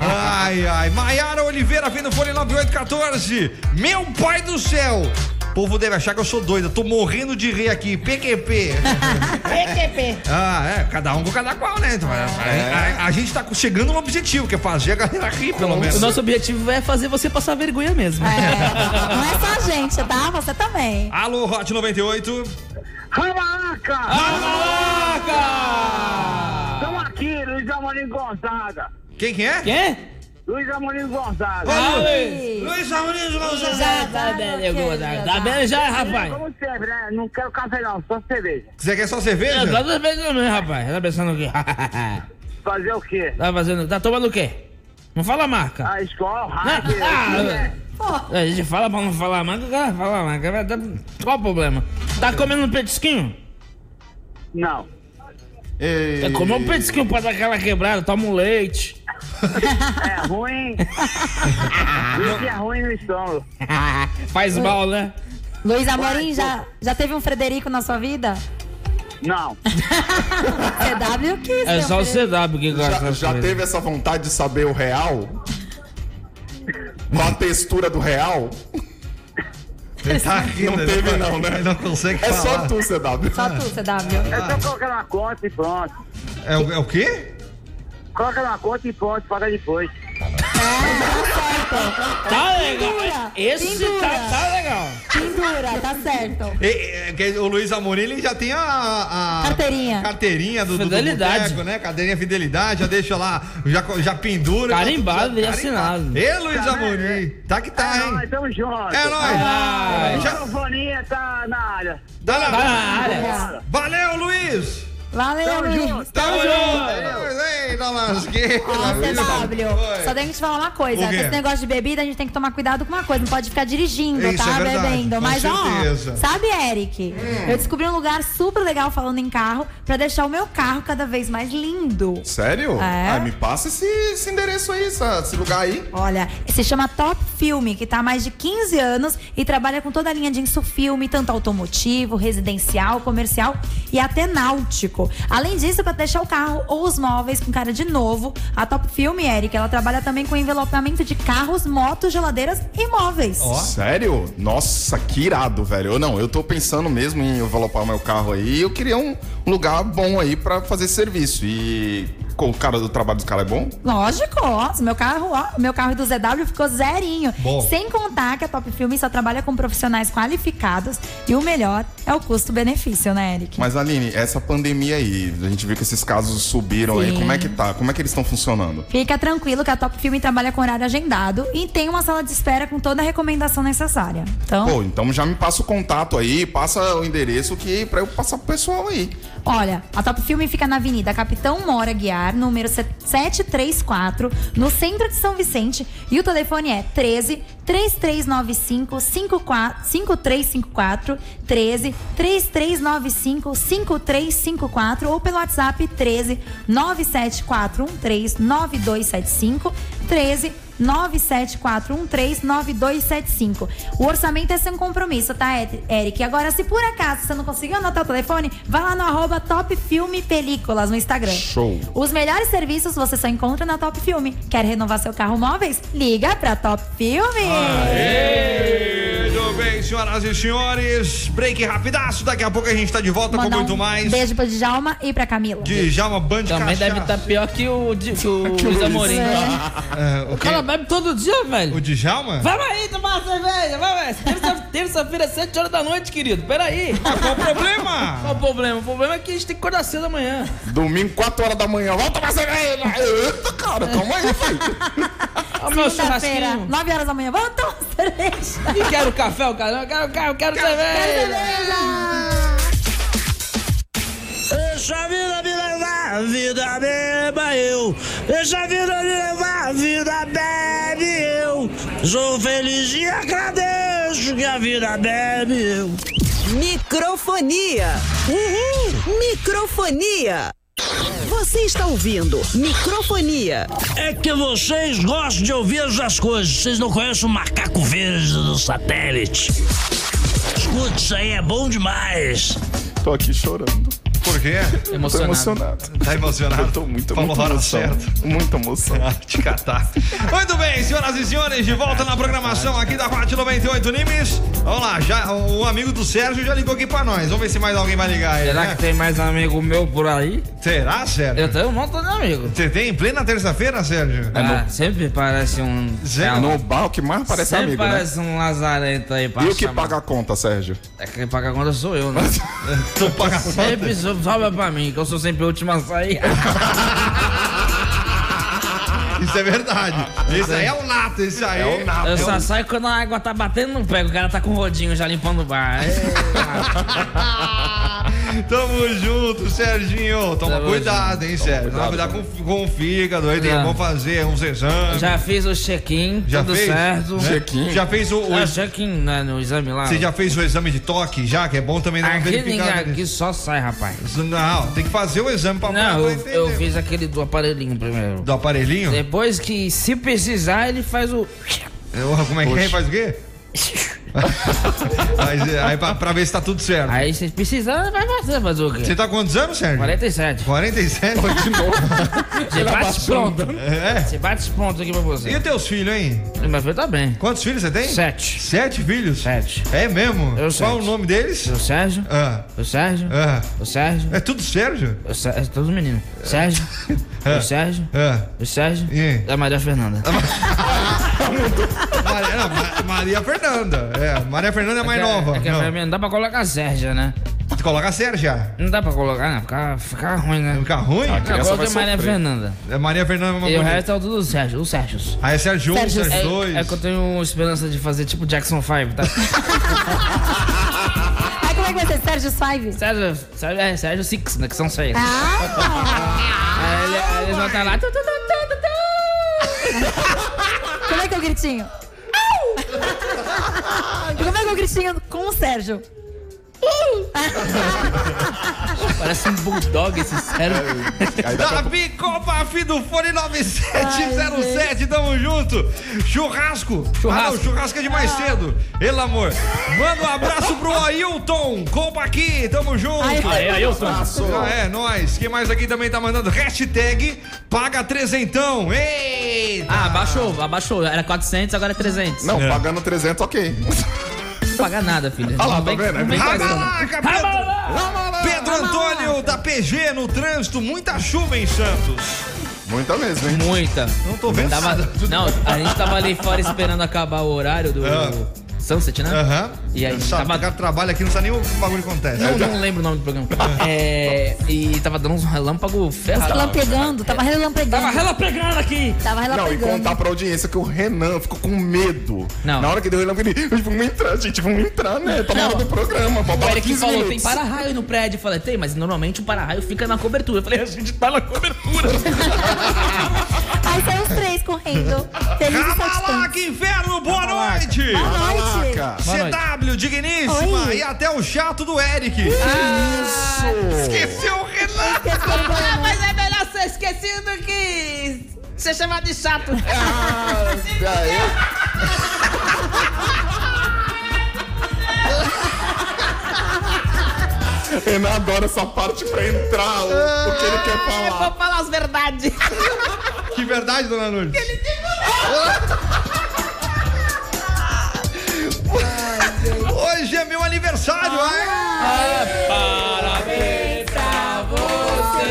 H: Ai, ai. Maiara Oliveira, vindo fone 9814. Meu pai do céu. O povo deve achar que eu sou doida. Tô morrendo de rir aqui. PQP.
E: PQP.
H: Ah, é. Cada um com cada qual, né? Então, a-
F: É.
H: A, a- a gente tá chegando no objetivo, que é fazer a galera rir, pelo menos.
F: O nosso objetivo é fazer você passar vergonha mesmo.
E: É, não é só a gente, tá? Você também.
H: Alô, Hot 98.
J: Caraca!
F: Caraca!
J: Estamos aqui, Luiz Amorim Gonzaga.
H: Quem que é?
F: Quem é?
J: Luiz Amorim Gonzaga.
F: Oi!
H: Luiz Amorim Gonçalves.
F: Tá bem, eu vou dar- tá bem já, rapaz?
J: Como sempre, né? Não quero café não, só cerveja.
H: Você quer é só
F: Eu
J: assim?
H: cerveja?
F: tô É, duas vezes também, rapaz. Tá pensando o quê?
J: Fazer o quê?
F: Tá fazendo. Tá tomando o quê? Não fala a marca.
J: A escola, o
F: Ah, é,
J: rádio, né?
E: Pô,
F: A gente fala pra não falar a marca, o cara fala a marca. Vai dar- Qual o problema? Tá comendo um petisquinho?
J: Não.
G: Ei.
H: é
E: É
F: Comeu um petisquinho pra dar aquela quebrada, toma um leite.
J: É ruim. Isso é ruim no estômago.
F: Faz mal, né?
E: Luiz Amorim, já, já teve um Frederico na sua vida?
J: Não.
E: CW que
F: É
E: seu
F: só o
E: Frederico.
F: CW que gosta
G: Já,
F: dessas
G: já
F: coisas.
G: teve essa vontade de saber o real? Com a textura do real?
H: Tá rindo,
G: Não teve
H: ele
G: não, né?
H: Ele não consegue
G: É só
H: falar.
G: tu, CW.
E: Só tu, CW.
J: É só colocar na conta e pronto.
H: É o, é o quê?
J: Coloca na conta e pronto, paga depois.
F: Tá legal.
E: Pendura,
F: Esse
E: pendura.
F: tá, tá legal.
E: Pendura, tá certo.
H: E- e- que é, o Luiz Amorim ele já tem a, a-
E: Carteirinha.
H: carteirinha do, do, do
F: Fidelidade.
H: boteco, né? Carteirinha fidelidade, já deixa lá, já, co- já pendura.
F: Carimbado
H: já-
F: e assinado.
H: Ê, Luiz Amorim, tá que tá,
J: É nóis,
H: hein?
J: tamo junto.
H: É
F: Ah,
H: nóis. Já-
J: Microfonia tá na área.
H: Tá
F: Tá na
H: lá.
F: área.
H: Valeu, Luiz!
E: Valeu, Luiz.
H: Tamo
F: junto.
H: junto! Eita,
E: Ah,
H: lasqueira!
E: Ó, CW,
H: Foi.
E: é só tem que te falar uma
H: O
E: coisa.
H: quê?
E: Com esse negócio de bebida, a gente tem que tomar cuidado com uma coisa. Não pode ficar dirigindo,
H: Isso
E: tá?
H: é verdade,
E: bebendo.
H: com
E: Mas,
H: certeza. Hum.
E: ó, sabe, Eric? Eu descobri um lugar super legal falando em carro pra deixar o meu carro cada vez mais lindo.
G: Sério?
E: É.
G: Ah, me passa esse, esse endereço aí, essa- esse lugar aí.
E: Olha, se chama Top Filme, que tá há mais de 15 anos e trabalha com toda a linha de insufilme, tanto automotivo, residencial, comercial e até náutico. Além disso, para deixar o carro ou os móveis com cara de novo, a Top Filme, Eric, ela trabalha também com envelopamento de carros, motos, geladeiras e móveis.
G: Sério? Nossa, que irado, velho. Eu não, eu tô pensando mesmo em envelopar meu carro aí. Eu queria um lugar bom aí pra fazer serviço. E com o cara do trabalho dos caras é bom?
E: Lógico, ó. Meu carro, ó, meu carro do ZW ficou zerinho.
H: Bom.
E: Sem contar que a Top Filme só trabalha com profissionais qualificados e o melhor é o custo-benefício, né, Eric?
G: Mas Aline, essa pandemia aí, a gente viu que esses casos subiram aí.
E: Sim.
G: Como é que tá? Como é que eles estão funcionando?
E: Fica tranquilo que a Top Filme trabalha com horário agendado e tem uma sala de espera com toda a recomendação necessária. Então,
G: Pô, então já me passa o contato aí, passa o endereço que para eu passar pro pessoal aí.
E: olha, a Top Filme fica na Avenida Capitão Mora Guiar, número 734, no centro de São Vicente, e o telefone é 13 3395 54 5354 13 3395 5354 ou pelo WhatsApp 13 97413 9275 13 974139275. O orçamento é sem compromisso, tá, Et- Eric? Agora, se por acaso você não conseguiu anotar o telefone, vai lá no arroba Top Filme Películas no Instagram.
G: Show.
E: Os melhores serviços você só encontra na Top Filme. Quer renovar seu carro móveis? Liga pra Top Filme!
H: Muito bem, senhoras e senhores. Break rapidaço, daqui a pouco a gente tá de volta com
E: Mandar
H: muito
E: um
H: mais.
E: beijo pro Djalma e pra Camila.
H: Djalma Band
F: Também
H: Cachaça.
F: deve tá- estar pior que o, Di- que o Luiz Amorim.
H: É, o
F: O
H: quê?
F: cara bebe todo dia, velho.
H: O Djalma?
F: Vamos aí tomar uma cerveja, vamos aí. Terça- Terça-feira, às 7 horas da noite, querido. Peraí.
H: Qual o
F: Qual
H: problema?
F: o problema? O problema é que a gente tem que acordar cedo amanhã.
G: Domingo, 4 horas da manhã, volta pra cerveja! Eita, cara, calma aí, filho.
F: Olha o meu
E: Segunda-feira,
F: churrasquinho.
E: 9 horas da manhã. Vamos tomar uma cerveja!
F: E quero café, o cara. Eu quero, quero, quero cerveja.
C: Deixa a vida me levar, vida beba eu. Deixa a vida me levar, vida bebe eu. Sou feliz e agradeço que a vida bebe eu.
A: Microfonia. Uhul. Microfonia. Você está ouvindo Microfonia.
C: É que vocês gostam de ouvir essas coisas. Vocês não conhecem o macaco verde do satélite. Escute, isso aí é bom demais.
G: Tô aqui chorando.
H: Por quê?
G: Tô
F: Emocionado.
G: emocionado.
H: Tá emocionado?
G: Eu tô muito,
H: Falou
G: muito
H: a hora
G: emoção.
H: certa.
G: Muito emoção.
H: Ah, Te catar. Muito bem, senhoras e senhores, de volta na programação aqui da Rádio 98 Nimes. Vamos lá, já, o amigo do Sérgio já ligou aqui pra nós. Vamos ver se mais alguém vai ligar aí.
F: Será
H: né?
F: que tem mais amigo meu por aí?
H: Será, Sérgio?
F: Eu tenho um montão de amigo.
H: Você tem em plena terça-feira, Sérgio?
F: Ah, sempre parece um.
H: Zé,
F: é um-
G: No bar, Ah, o que mais parece
F: sempre
G: amigo, né?
F: parece um lazarento aí pra
G: E o que
F: chamar.
G: paga a conta, Sérgio?
F: É, Quem paga a conta sou eu, né?
H: Tu paga
F: sempre so- sobra pra mim, que eu sou sempre o último a sair.
H: Isso é verdade. Isso aí é o nato, isso aí. É o nato.
F: Eu só saio quando a água tá batendo no pé, o cara tá com o rodinho já limpando o bar. É,
H: Tamo junto, Serginho. Toma
F: Tamo
H: cuidado, hein, Sérgio. Toma cuidado com, com o fígado aí.
F: Já.
H: Vamos fazer uns exames.
F: Já fiz o check-in,
H: Já
F: tudo
H: fez?
F: certo.
H: Né? Já fez o. o
F: Ah,
H: ex-
F: check-in né, no exame lá.
H: Você já fez o exame de toque, já? Que é bom também dar uma
F: Aqui, ninguém,
H: verificada.
F: aqui só sai, rapaz.
H: Não, tem que fazer o exame pra, pra-
F: Não,
H: pra
F: eu,
H: entender.
F: eu fiz aquele do aparelhinho primeiro.
H: Do aparelhinho?
F: Depois que, se precisar, ele faz o.
H: Eu- como é que é? Faz o quê? Mas, é, aí pra, pra ver se tá tudo certo.
F: Aí, se precisar, vai fazer, mas o quê?
H: Você tá com quantos anos, Sérgio?
F: 47.
H: 47?
F: Você bate pronto.
H: é.
F: Você bate os pontos aqui pra
H: E
F: você.
H: os teus filhos, hein?
F: Meu filho tá bem.
H: Quantos filhos você tem?
F: Sete.
H: Sete filhos?
F: Sete.
H: É mesmo?
F: Eu
H: Qual
F: sete.
H: o nome deles?
F: O Sérgio,
H: Ah,
F: o Sérgio,
H: ah.
F: o Sérgio,
H: É tudo Sérgio?
F: o Sérgio, todos os meninos. Sérgio, o Sérgio,
H: Ah.
F: o Sérgio
H: E? É
F: e a Maria Fernanda.
H: Maria, não, Ma- Maria Fernanda. É, Maria Fernanda é mais
F: É que-
H: nova.
F: é que a
H: Não.
F: Maria Fernanda- não dá pra colocar Sérgio, né?
H: Tu coloca a Sérgia.
F: Não dá pra colocar, né? Fica, fica ruim, né?
H: Fica um ruim?
F: Não,
G: criança
F: coloca
G: vai
F: a Maria
G: sofrer.
F: Fernanda.
H: É Maria Fernanda é uma
F: E o
H: bonita.
F: resto é o do Sérgio, os Sérgios.
H: Aí é Sérgio 1,
E: Sérgio
H: Sérgio
F: É,
H: 2.
F: é que eu tenho esperança de fazer tipo Jackson 5, tá?
E: Aí como é que vai ser? Sérgio Five?
F: Sérgio, Sérgio, é, Sérgio 6, né? Que são seis.
E: Ah!
F: Aí ele, aí eles vão estar lá. tu, tu, tu, tu, tu, tu.
E: Como é que é o gritinho? Au! E como é que é o gritinho com o Sérgio?
F: Parece um bulldog esse Sérgio.
G: Aí dá pra...
H: Davi Copa do Fone 9707, tamo junto. Churrasco. Ah, não, churrasco é de mais cedo. Ele, amor. Manda um abraço pro Ailton. Copa aqui, tamo junto.
E: Ai,
F: Aí, aí eu sou.
H: Ah, é, nós. Quem mais aqui também tá mandando? Hashtag paga trezentão. Eita.
F: Ah, abaixou, abaixou. Era 400, agora é 300.
G: Não, pagando 300, ok.
F: Não paga nada, filho.
G: Ah lá,
F: Não
G: tá
F: vem-
G: vendo?
F: não vem
G: Ah,
F: pagando.
H: Rabalaca, Pedro. Pedro Antônio da PG no trânsito. Muita chuva em Santos.
G: Muita mesmo, hein?
F: Muita.
H: Não tô vendo
F: Tava-
H: nada.
F: não, a gente tava ali fora esperando acabar o horário do
H: Ah.
F: Sunset, né?
H: Aham.
F: E aí,
H: Sabe,
F: tava-
H: o cara trabalha aqui, não sabe nem o que o bagulho acontece.
F: Não, não lembro o nome do programa. É, e tava dando uns relâmpagos ferrados.
E: Relampegando, tava relampegando.
F: Tava relapregando aqui.
E: Tava
G: Não, e
E: relampegando.
G: contar pra audiência que o Renan ficou com medo.
F: Não.
G: Na hora que deu o relâmpago, ele... Vamos entrar, gente, vamos entrar, né? Tá na hora do programa.
F: O
G: Faltava
F: Eric
G: 15
F: falou, tem
G: minutos.
F: para-raio no prédio. Eu falei, tem, mas normalmente o para-raio fica na cobertura. Eu falei, a gente tá na cobertura.
E: Aí saiu os três correndo. Feliz e
H: Rabalaca
E: saltitante.
H: Inferno, boa noite!
E: Boa noite.
G: Caraca.
F: Boa noite.
H: CW, digníssima!
E: Oi.
H: E até o chato do Eric! Esqueceu o Renan!
F: Ah, mas é melhor ser esquecido que ser chamado de chato.
H: É,
G: Daí, Renan adora essa parte pra entrar o, o que ele
F: É,
G: quer falar.
F: Ah, falar as verdades.
H: Que verdade, dona Lourdes! Hoje é meu aniversário, ai!
F: Parabéns pra você.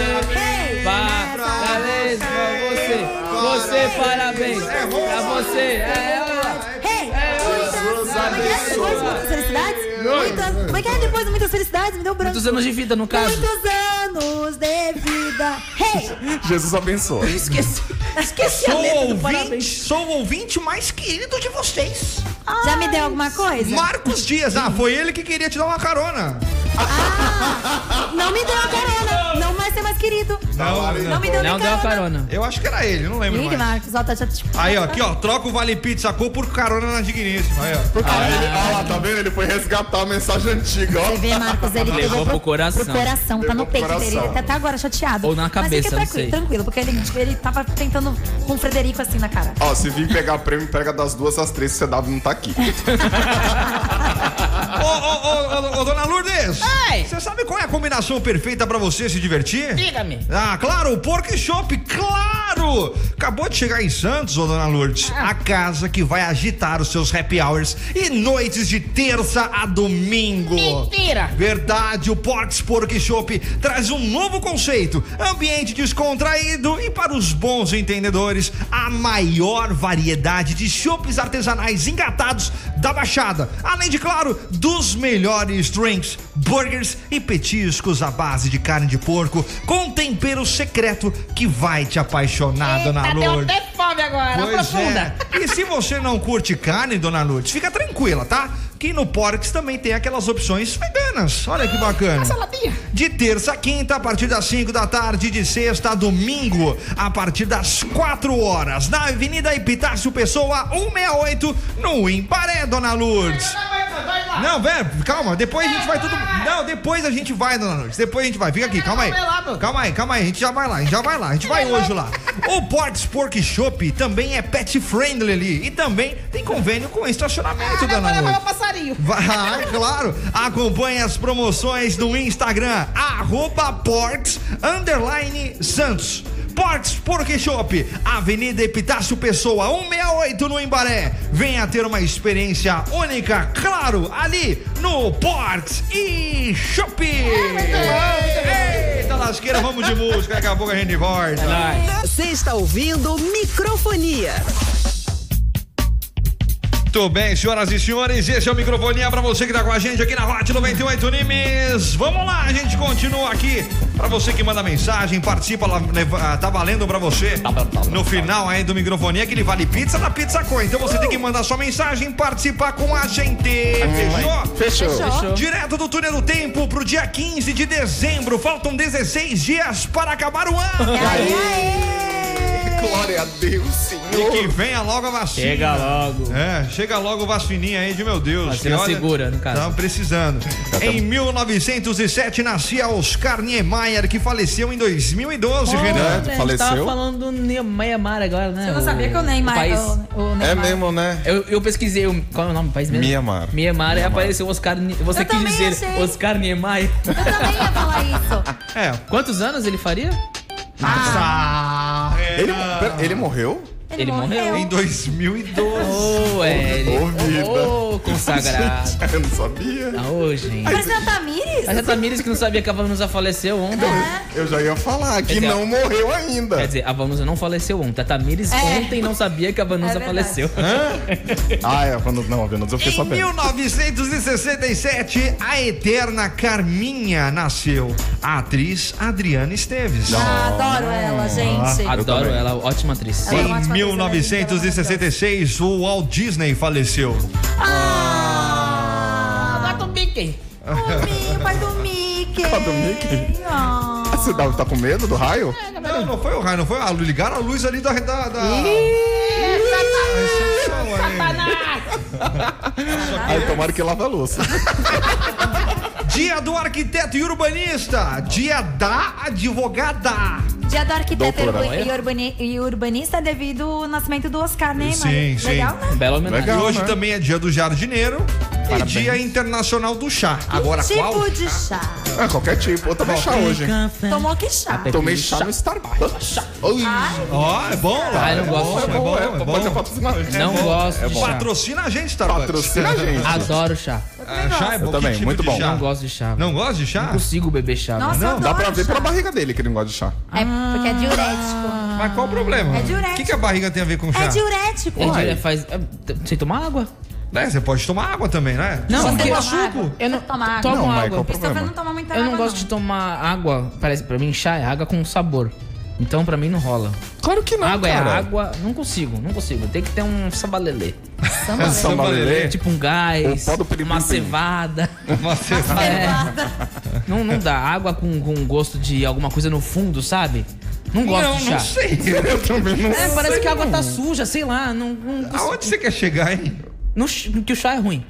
F: Parabéns pra você. Você, parabéns
H: É rosa.
F: pra você. É ela.
E: Hey, muitas, como é que é? Depois de muitas felicidades? Muitas, como é que é? Depois de muitas felicidades, me deu branco.
F: Quantos anos de vida, no caso?
E: Muitos anos de vida. Hey,
G: Jesus abençoa.
F: Esqueci. Esqueci a
H: Sou
F: letra do
H: ouvinte,
F: parabéns.
H: sou o ouvinte mais querido de vocês!
E: já me deu alguma coisa?
H: Marcos Dias, ah, foi ele que queria te dar uma carona!
E: Não me deu a carona. Não vai ser mais querido.
G: Tá
H: Não,
G: né?
E: Não me deu nem
F: Não deu a carona.
H: Eu acho que era Tá ele, não lembro
E: Ih,
H: mais.
E: Marcos, ó, tá já te...
H: Aí, ó, aqui, ó, troca o Vale Pizza Cor por carona na digníssima. Aí, ó.
G: Aí ele, ah lá, tá vendo? Ele foi resgatar a mensagem antiga,
E: Você
G: ó.
E: vê, Marcos, ele
F: Levou pro coração.
E: Pro coração, tá no
G: Levou pro
E: peito
G: Ah, tá coração.
E: dele. Ele tá, tá agora chateado.
F: Ou na
E: Mas
F: cabeça,
E: fica
F: não
E: tranquilo,
F: sei.
E: tranquilo, porque ele, ele tava tentando com o Frederico assim na cara.
G: Ó, se vir pegar prêmio, pega das duas às três, se o CW não tá aqui.
H: Ô, ô, ô, ô, ô, dona Lourdes!
F: Ai.
H: Você sabe qual é a combinação perfeita pra você se divertir?
F: Diga-me.
H: Ah, claro, o Pork Shop, claro! Acabou de chegar em Santos, ô dona Lourdes,
F: Ah.
H: a casa que vai agitar os seus happy hours e noites de terça a domingo.
F: Mentira!
H: Verdade, o Porks Pork Shop traz um novo conceito, ambiente descontraído e para os bons entendedores, a maior variedade de chopes artesanais engatados da Baixada. Além de, claro, dos melhores drinks, burgers e petiscos à base de carne de porco, com tempero secreto que vai te apaixonar, Tá, Dona
I: um
H: Lourdes.
F: fome agora,
H: Pois é. E se você não curte carne, dona Lourdes, fica tranquila, tá? Que no Porks também tem aquelas opções veganas. Olha que bacana.
F: saladinha.
H: de terça a quinta, a partir das 5 da tarde, de sexta a domingo, a partir das 4 horas, na Avenida Epitácio Pessoa, 168, no Imparé, Dona Lourdes. Não, velho, calma, depois a gente É, vai tudo. Não, depois a gente vai, dona Lourdes. Depois a gente vai. Fica aqui, calma aí. Calma aí, calma aí. A gente já vai lá, a gente já vai lá. A gente vai hoje lá. O Ports Pork Shop também é pet friendly ali. E também tem convênio com estacionamento, dona
I: Agora vai o
H: Lourdes.
I: passarinho.
H: Vai, Ah, claro. Acompanhe as promoções no Instagram, arroba Ports underline Santos. Ports Pork Shop, Avenida Epitácio Pessoa, 168 no Embaré. Venha ter uma experiência única, claro, ali no Ports e Shop. Eita lasqueira, vamos de música, daqui a pouco a gente volta.
A: Você está ouvindo microfonia.
H: Muito bem, senhoras e senhores, esse é o microfonia pra você que tá com a gente aqui na Hot 98 Nimes. Vamos lá, a gente continua aqui. Pra você que manda mensagem, participa, lá, leva- tá valendo pra você no final aí do microfonia aquele vale pizza da Pizza Co. Então você tem que mandar sua mensagem, participar com a gente. Fechou?
G: Fechou.
H: Direto do túnel do tempo pro dia 15 de dezembro. Faltam 16 dias para acabar o ano.
G: Glória a Deus,
H: E
G: Senhor.
H: que venha logo a vacina.
F: Chega logo.
H: É, chega logo vacininha aí de meu Deus.
F: Vacina
H: que
F: segura, no
G: tá.
F: caso.
H: Tava precisando. Em 1907 nascia Oscar Niemeyer, que faleceu em 2012, Renan.
G: Renato
I: Ontem
G: faleceu?
F: A gente tava falando do Neymar agora, né?
E: Eu não sabia que o Neymar...
F: País...
E: o- o
G: É
E: Neymar-
G: mesmo, né?
F: Eu, eu pesquisei, o- qual é o nome do país mesmo?
G: Mianmar.
F: Mianmar, aí apareceu Oscar... Ni- Você
E: Eu
F: quis
E: também
F: dizer
E: achei.
F: Oscar Niemeyer.
E: Eu também ia falar isso.
H: É.
F: Quantos anos ele faria?
H: Ah, Renan.
G: Ele, pera, ele morreu?
E: Ele,
F: Ele morreu.
E: morreu.
H: Em 2012.
F: Oh, é, ele...
G: Ô, vida.
F: Oh, consagrado.
G: Eu não sabia.
F: Ah, ô, gente.
E: Mas não é Tamires?
F: Mas a Tamires que não sabia que a Vanusa faleceu ontem.
E: É.
G: Eu já ia falar que
F: Esse é-
G: não morreu ainda.
F: Quer dizer, a Vanusa não faleceu ontem. A Tamires
E: É.
F: ontem não sabia que a
E: É
F: Vanusa
E: verdade.
F: faleceu.
G: Ah, é, quando, não, Venus, eu fiquei
H: Em
G: sabendo.
H: 1967, a eterna Carminha nasceu. A atriz Adriana Esteves.
E: Ah, adoro ela, gente.
F: Adoro
G: também.
F: ela, ótima atriz.
E: Ela é uma
H: Em
E: ótima brasileira, então ela é
H: 1966, o Walt Disney faleceu. Ah.
I: Agora tu pique.
E: O Mi- Ah, o pai do Mickey.
G: Pai do Mickey?
E: Ah.
G: Você tá, tá com medo do raio?
H: Não, não foi o raio, não foi a luz. Ligaram a luz ali da. da, da... Recepção aí.
G: Aí tomara que lave a louça.
H: Dia do arquiteto e urbanista. Dia da advogada.
E: Dia do arquiteto
G: Doutora,
E: urba- e, urbani- e urbanista é devido ao nascimento do Oscar Neymar.
H: Sim, sim.
E: Legal, né?
F: Bela Um homenagem.
H: e
G: Legal,
H: hoje
G: né?
H: também é dia do jardineiro e dia internacional do chá. Agora
E: tipo
H: qual?
E: de chá.
G: É, qualquer tipo. Eu tomei chá hoje.
E: Tomou que chá?
F: Tá
G: Tomei chá no Starbucks. Ui.
E: Ai,
H: Ó, é bom lá.
F: Ah, eu não gosto de
H: É
F: chá.
H: bom, é
G: É,
H: bom.
G: Pode ser patrocinado.
F: Não gosto
G: É
F: de
G: bom.
F: chá.
H: Patrocina a gente, tá?
G: Patrocina a gente.
F: Adoro chá.
H: Ah, chá é bom.
G: Eu
H: Que
G: também,
H: tipo
G: muito
H: de
G: bom.
H: chá?
F: Não gosto de chá.
H: Não gosta de chá?
F: Não consigo beber chá.
E: nossa,
F: velho.
E: eu
G: Não,
E: adoro
G: dá pra ver
E: chá.
G: pela barriga dele que ele não gosta de chá.
E: É porque é diurético.
H: Mas qual o problema?
E: É diurético.
H: O que, que a barriga tem a ver com chá?
E: É diurético.
F: Ele já faz. é, t- Você tomar água?
E: Tá
H: É, você pode tomar água também, né?
F: Não,
E: Você
F: porque-
E: toma
H: suco.
E: água.
F: Eu não-
E: Você toma água.
F: Toma
G: Não,
F: água.
G: Michael,
E: Christopher não
G: problema.
E: toma muita
F: Eu
E: água,
F: não gosto de tomar água. Parece para mim chá é água com sabor. Então pra mim não rola.
G: Claro que não,
F: água
G: cara.
F: é água, não consigo, não consigo. Tem que ter um sabalelê.
E: Samba, né?
G: Samba lelê.
F: Tipo um gás,
G: O É. pó do piripim.
F: uma cevada.
H: Você vai.
F: É. Não, não dá. Água com, com gosto de alguma coisa no fundo, sabe? Não gosto
H: Não,
F: de chá.
H: não sei.
G: Eu também não
F: É, parece
G: sei,
F: que a água
G: não.
F: tá suja, sei lá. Não, não,
H: Aonde você quer chegar, hein?
F: não ch- que o chá é ruim.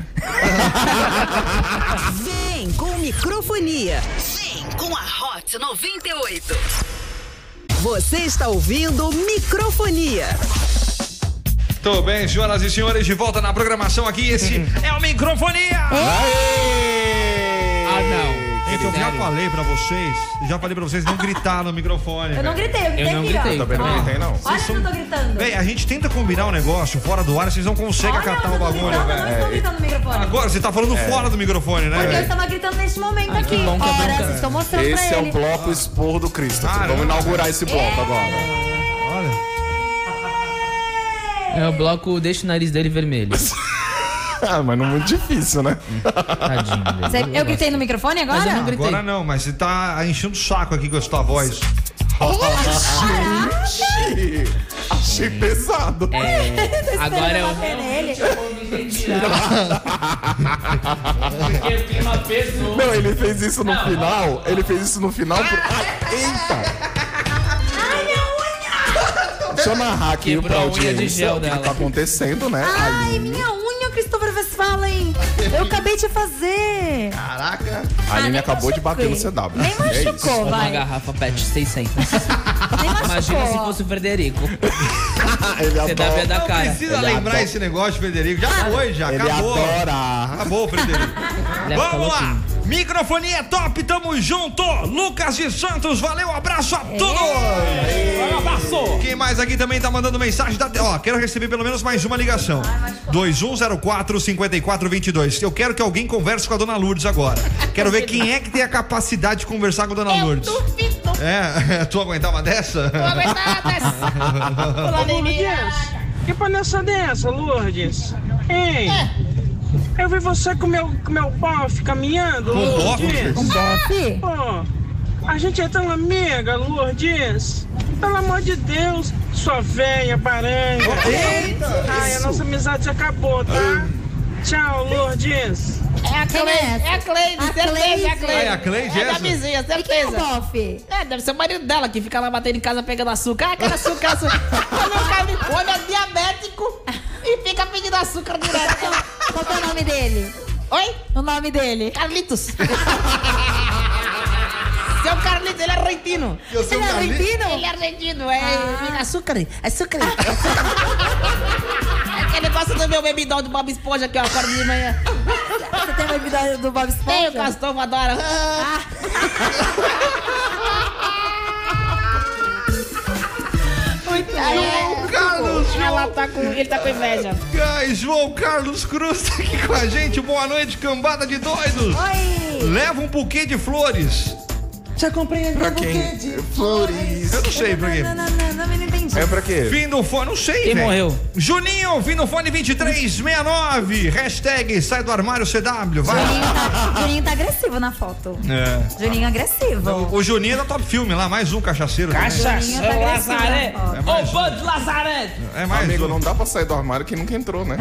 A: Vem com microfonia.
K: Vem com a Hot 98.
A: Você está ouvindo microfonia.
H: Tudo bem, senhoras e senhores, de volta na programação aqui. Esse é o Microfonia!
F: Ah, não.
H: Gente, eu já falei pra vocês, já falei pra vocês não gritar no microfone.
E: Eu não
H: velho.
E: gritei, eu gritei
F: Eu não
E: aqui, ó.
F: gritei.
G: Também não
E: Ó,
G: gritei, não.
E: Olha que eu não tô gritando.
H: Véi, a gente tenta combinar um negócio fora do ar, vocês não conseguem
E: Olha, eu
H: acatar o
E: não tô
H: bagulho,
E: gritando,
H: velho.
E: eu não estou gritando no microfone.
H: Agora, você tá falando fora do microfone, né?
E: Porque eu
H: velho?
E: estava gritando neste momento aqui.
F: bom que é
E: Ora,
F: bom, cara.
E: estou mostrando Então pra
G: Esse é
E: ele.
G: o bloco expor do Cristo.
H: Caramba.
G: Vamos inaugurar esse bloco agora.
H: Olha.
F: É o bloco, deixa o nariz dele vermelho.
G: Ah, mas não é muito difícil, né?
F: Tadinho dele.
E: Você- Eu gritei no microfone agora?
F: Mas eu não gritei.
H: Agora não, mas você tá enchendo o saco aqui com a sua voz.
G: Gente! achei pesado.
F: É, agora eu.
G: Não, ele fez isso no final. Ele fez isso no final. Por... Ai, eita!
E: Ai, minha unha!
G: Deixa eu narrar aqui
F: Quebrou
G: pra
F: a unha de
G: audiência
F: gel
G: o que, que
F: dela.
G: tá acontecendo, né?
E: Ai,
G: Aline-
E: minha unha, Christopher Westphalen! Eu acabei de fazer!
G: Caraca!
E: Ah,
G: A Aline
E: nem
G: acabou de bater no
E: machuquei.
G: CW.
E: Nem
G: É isso.
E: machucou,
F: Uma
E: vai.
F: garrafa PET 600. Imagina se fosse o Frederico.
G: Ah, Ele
F: Você dá
G: adora.
F: é da
H: Não
F: cara.
H: precisa
G: Ele
H: lembrar
G: adora.
H: esse negócio, Frederico. Já foi, já.
G: Ele
H: acabou.
G: adora.
H: Acabou, Frederico.
F: Ele
H: Vamos
F: falou
H: lá.
F: assim.
H: Microfonia top, tamo junto. Lucas de Santos, valeu, abraço a todos.
F: Passou!
H: Quem mais aqui também tá mandando mensagem? Da... Ó, quero receber pelo menos mais uma ligação. 2104-5422. Eu quero que alguém converse com a dona Lourdes agora. Quero ver quem é que tem a capacidade de conversar com a dona
I: Eu
H: Lourdes.
I: duvido.
H: É, tu aguentava dessa?
I: Vou aguentar dessa. Lourdes,
J: Que palhaçada é essa, Lourdes? Ei! Eu vi você com meu, com meu bofe caminhando,
H: Com
J: Lourdes.
F: É
H: bofe?
E: Um
J: Ah!
E: bofe?
J: Pô, a gente é tão amiga, Lourdes. Pelo amor de Deus, sua velha baranga. Ai, a nossa amizade já acabou, tá? Tchau, Lourdes.
I: É a
E: Quem
I: Cleide,
E: é essa?
I: é a Cleide,
E: A
I: certeza, é a
E: Cleide.
I: Cleide.
H: Ai, a Cleide,
I: É
H: essa?
I: da vizinha,
E: E quem é o
I: certeza.
E: bofe?
I: É, deve ser o marido dela que fica lá batendo em casa pegando açúcar. Ah, quero açúcar, açúcar. Olha o cara, o homem é diabético e fica pedindo açúcar direto.
E: Qual que é o nome dele?
I: Oi?
E: O nome dele?
I: Carlitos. Seu Carlitos, ele é argentino.
H: Eu sou
E: Ele é
H: Carlinhos.
I: Ele é
E: argentino?
I: argentino, é
E: Ah.
I: açúcar, açúcar. É que ele gosta do meu bebidão do Bob Esponja que eu acordo de manhã.
E: Você tem bebida do Bob Esponja?
I: Tem o Castor adora.
E: Muito
H: João Carlos,
I: Ela
H: João,
I: tá com, ele tá com inveja.
H: Ca- João Carlos Cruz tá aqui com a gente. Boa noite, cambada de doidos.
E: Oi!
H: Leva um buquê de flores.
E: Um
G: Pra quem? Flores.
H: Eu não sei por quê.
E: Não, não, não, não, não entendi.
G: É pra quê?
H: Fim do fone, não sei,
F: Quem
H: velho.
F: morreu?
H: Juninho, fim do fone 2369. Hashtag sai do armário CW. Vai.
E: Juninho tá, Juninho tá agressivo na foto.
H: É.
E: Juninho agressivo.
H: O Juninho é da Top Filme lá, mais um cachaceiro. também.
E: Joninho tá
F: Cachação,
E: agressivo
F: Lazaré!
I: né?
E: na foto.
F: Ô, bando Lazaré!
H: É mais
G: Amigo,
H: um.
G: não dá pra sair do armário que nunca entrou, né?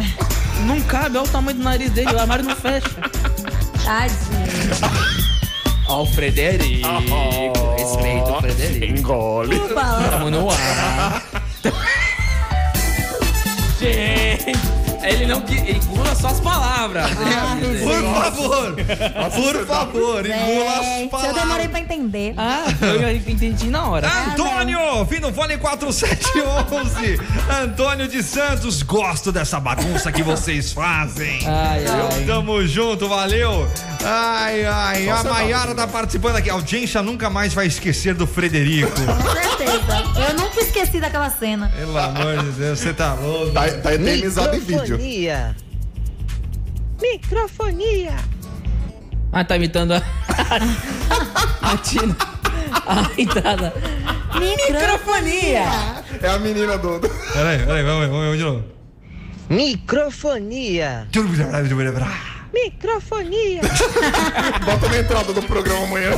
F: Não cabe, olha o tamanho do nariz dele, o armário não fecha.
E: Tadinho.
F: Ó, o Frederico. Respeita o Frederico.
G: Engole.
E: Uba.
F: Tamo no ar. Gente, ele não que engula só as palavras.
H: Por favor, por favor, engula as
E: tá Gente, eu demorei
H: palavras.
E: pra entender.
F: Ah, eu entendi na hora.
H: Antônio, fim do fone 4711. Antônio de Santos, gosto dessa bagunça que vocês fazem.
F: Ai, ai.
H: Tamo junto, valeu. Ai, ai,
G: Só
H: a
G: você não.
H: Maiara tá participando aqui. A audiência nunca mais vai esquecer do Frederico.
E: Com certeza. Eu nunca esqueci daquela cena.
H: Pelo amor de Deus, você tá louco.
G: Tá, tá eternizado em vídeo.
D: Microfonia. Microfonia.
F: Ah, tá imitando a. a Tina. A entrada.
E: Microfonia.
G: É a menina do. do-
H: Peraí, peraí, vamos ver, vamos ver de novo.
D: Microfonia. Microfonia.
G: Bota na entrada do programa amanhã.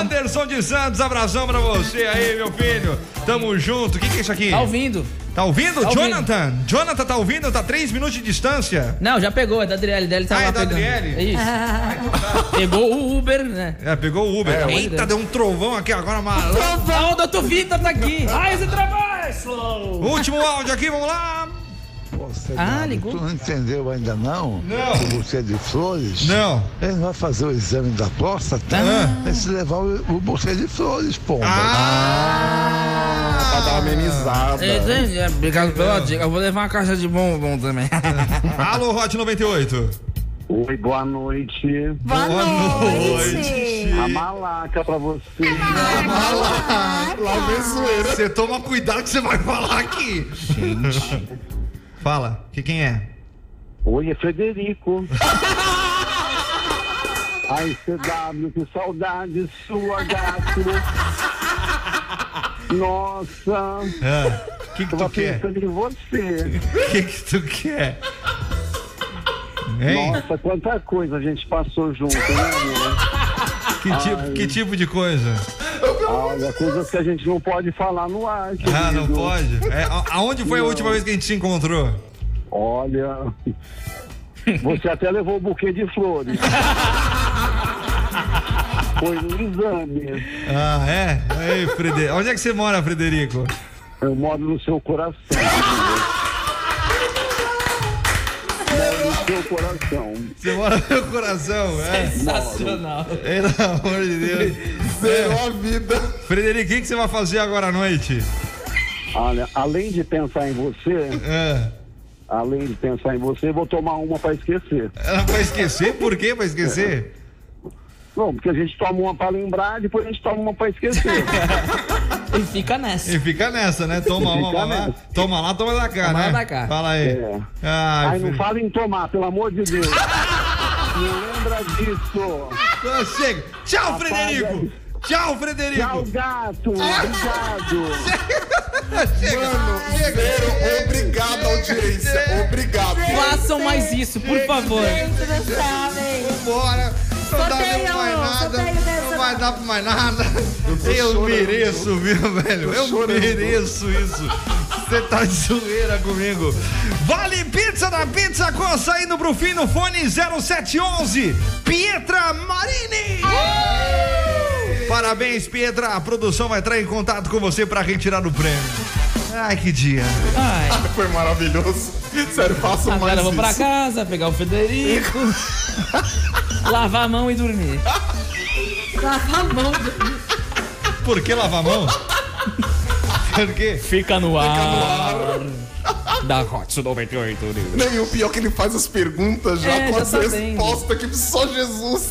H: Anderson de Santos, abração pra você aí, meu filho. Tamo junto. O que, que é isso aqui?
F: Tá ouvindo?
H: Tá ouvindo,
F: Tá ouvindo.
H: Jonathan? Jonathan tá ouvindo? Tá três minutos de distância?
F: Não, já pegou, é da Adriele. Dele tá
H: Ah,
F: lá
H: é da
F: pegando.
H: Adriele? Ah.
F: É Isso. pegou o Uber, né?
H: É, pegou o Uber.
F: É,
H: Eita,
F: Uber.
H: deu um trovão aqui agora, maluco.
F: A onda do Vita tá aqui. Ai, esse travesso!
H: Último áudio aqui, vamos lá.
F: Ah, ligou.
L: Não entendeu ainda não?
H: Não.
L: Buquê de flores?
H: Não.
L: Ele vai fazer o exame da próstata?
H: Ah.
L: Tem que levar o, o buquê de flores, pomba.
G: Pra dar uma
H: Ah!
G: Tá, amenizada.
F: Entendi, é, Obrigado pela dica. Eu vou levar uma caixa de bombom também.
H: Alô, Hot 98.
J: Oi, boa noite.
E: Boa, noite.
J: A malaca pra você.
G: Lá vem zoeira.
H: Você toma cuidado que você vai falar aqui. Fala, que quem é?
J: Oi, é Frederico. Ai, CW, que saudade sua, gato. Nossa,
H: O que, que
J: tava
H: tu quer?
J: pensando em você.
H: O que, que tu quer? Hein?
J: Nossa, quanta coisa a gente passou junto, né, amor?
H: Que tipo, que tipo de coisa?
G: Eu vi uma
J: Olha, coisas que a gente não pode falar no ar.
H: Ah, não
J: querido.
H: pode? É, a- aonde foi a
J: Não.
H: última vez que a gente se encontrou?
J: Olha, você até levou um buquê de flores. Foi no exame.
H: Ah, é? Aí, Frede... Onde é que você mora, Frederico?
J: Eu moro no seu coração. Moro no seu coração.
H: Você mora no meu coração, é?
J: Sensacional.
H: Pelo amor de Deus. Zerou a vida. Frederico, o que que você vai fazer agora à noite?
J: Olha, além de pensar em você,
H: É,
J: além de pensar em você, eu vou tomar uma pra esquecer.
H: Ela vai é esquecer? Por quê? Vai esquecer?
J: Não, porque a gente toma uma pra lembrar, depois a gente toma uma pra esquecer.
H: E fica nessa. E fica nessa, né? Toma
J: E
H: uma,
J: fica
H: vai lá. Toma lá, toma da cá,
J: Toma
H: né?
J: lá, dá cá.
H: Fala aí.
J: É.
H: Ai,
J: Aí não
H: Fre-
J: fala em tomar, pelo amor de Deus. Me lembra disso.
H: Chega. Tchau, Frederico.
J: é
H: Tchau, Frederico.
J: Tchau, gato.
G: Obrigado. Mano,
H: chega.
G: zero, obrigado, audiência. Obrigado.
F: Façam mais isso, por favor.
H: Vambora. Não dá nem pra mais nada. Não vai dar pra mais nada. Eu mereço, viu, velho? Eu mereço isso. Você tá de zoeira comigo. Vale Pizza da Pizza Com saindo pro fim no fone 0711. Pietra Marini. Parabéns, Pietra. A produção vai entrar em contato com você pra retirar o prêmio. Ai, que dia.
G: Foi maravilhoso. Sério, faço
F: Agora
G: mais
F: eu vou
G: isso.
F: pra casa, pegar o Federico, lavar a mão e dormir.
M: Lavar a mão.
H: Por que lavar a mão? Por quê?
F: Fica no ar. Da Hot 98 News.
G: Não, e o pior é que ele faz as perguntas já
F: É,
G: com
F: já
G: as
F: tá vendo.
G: respostas que só Jesus.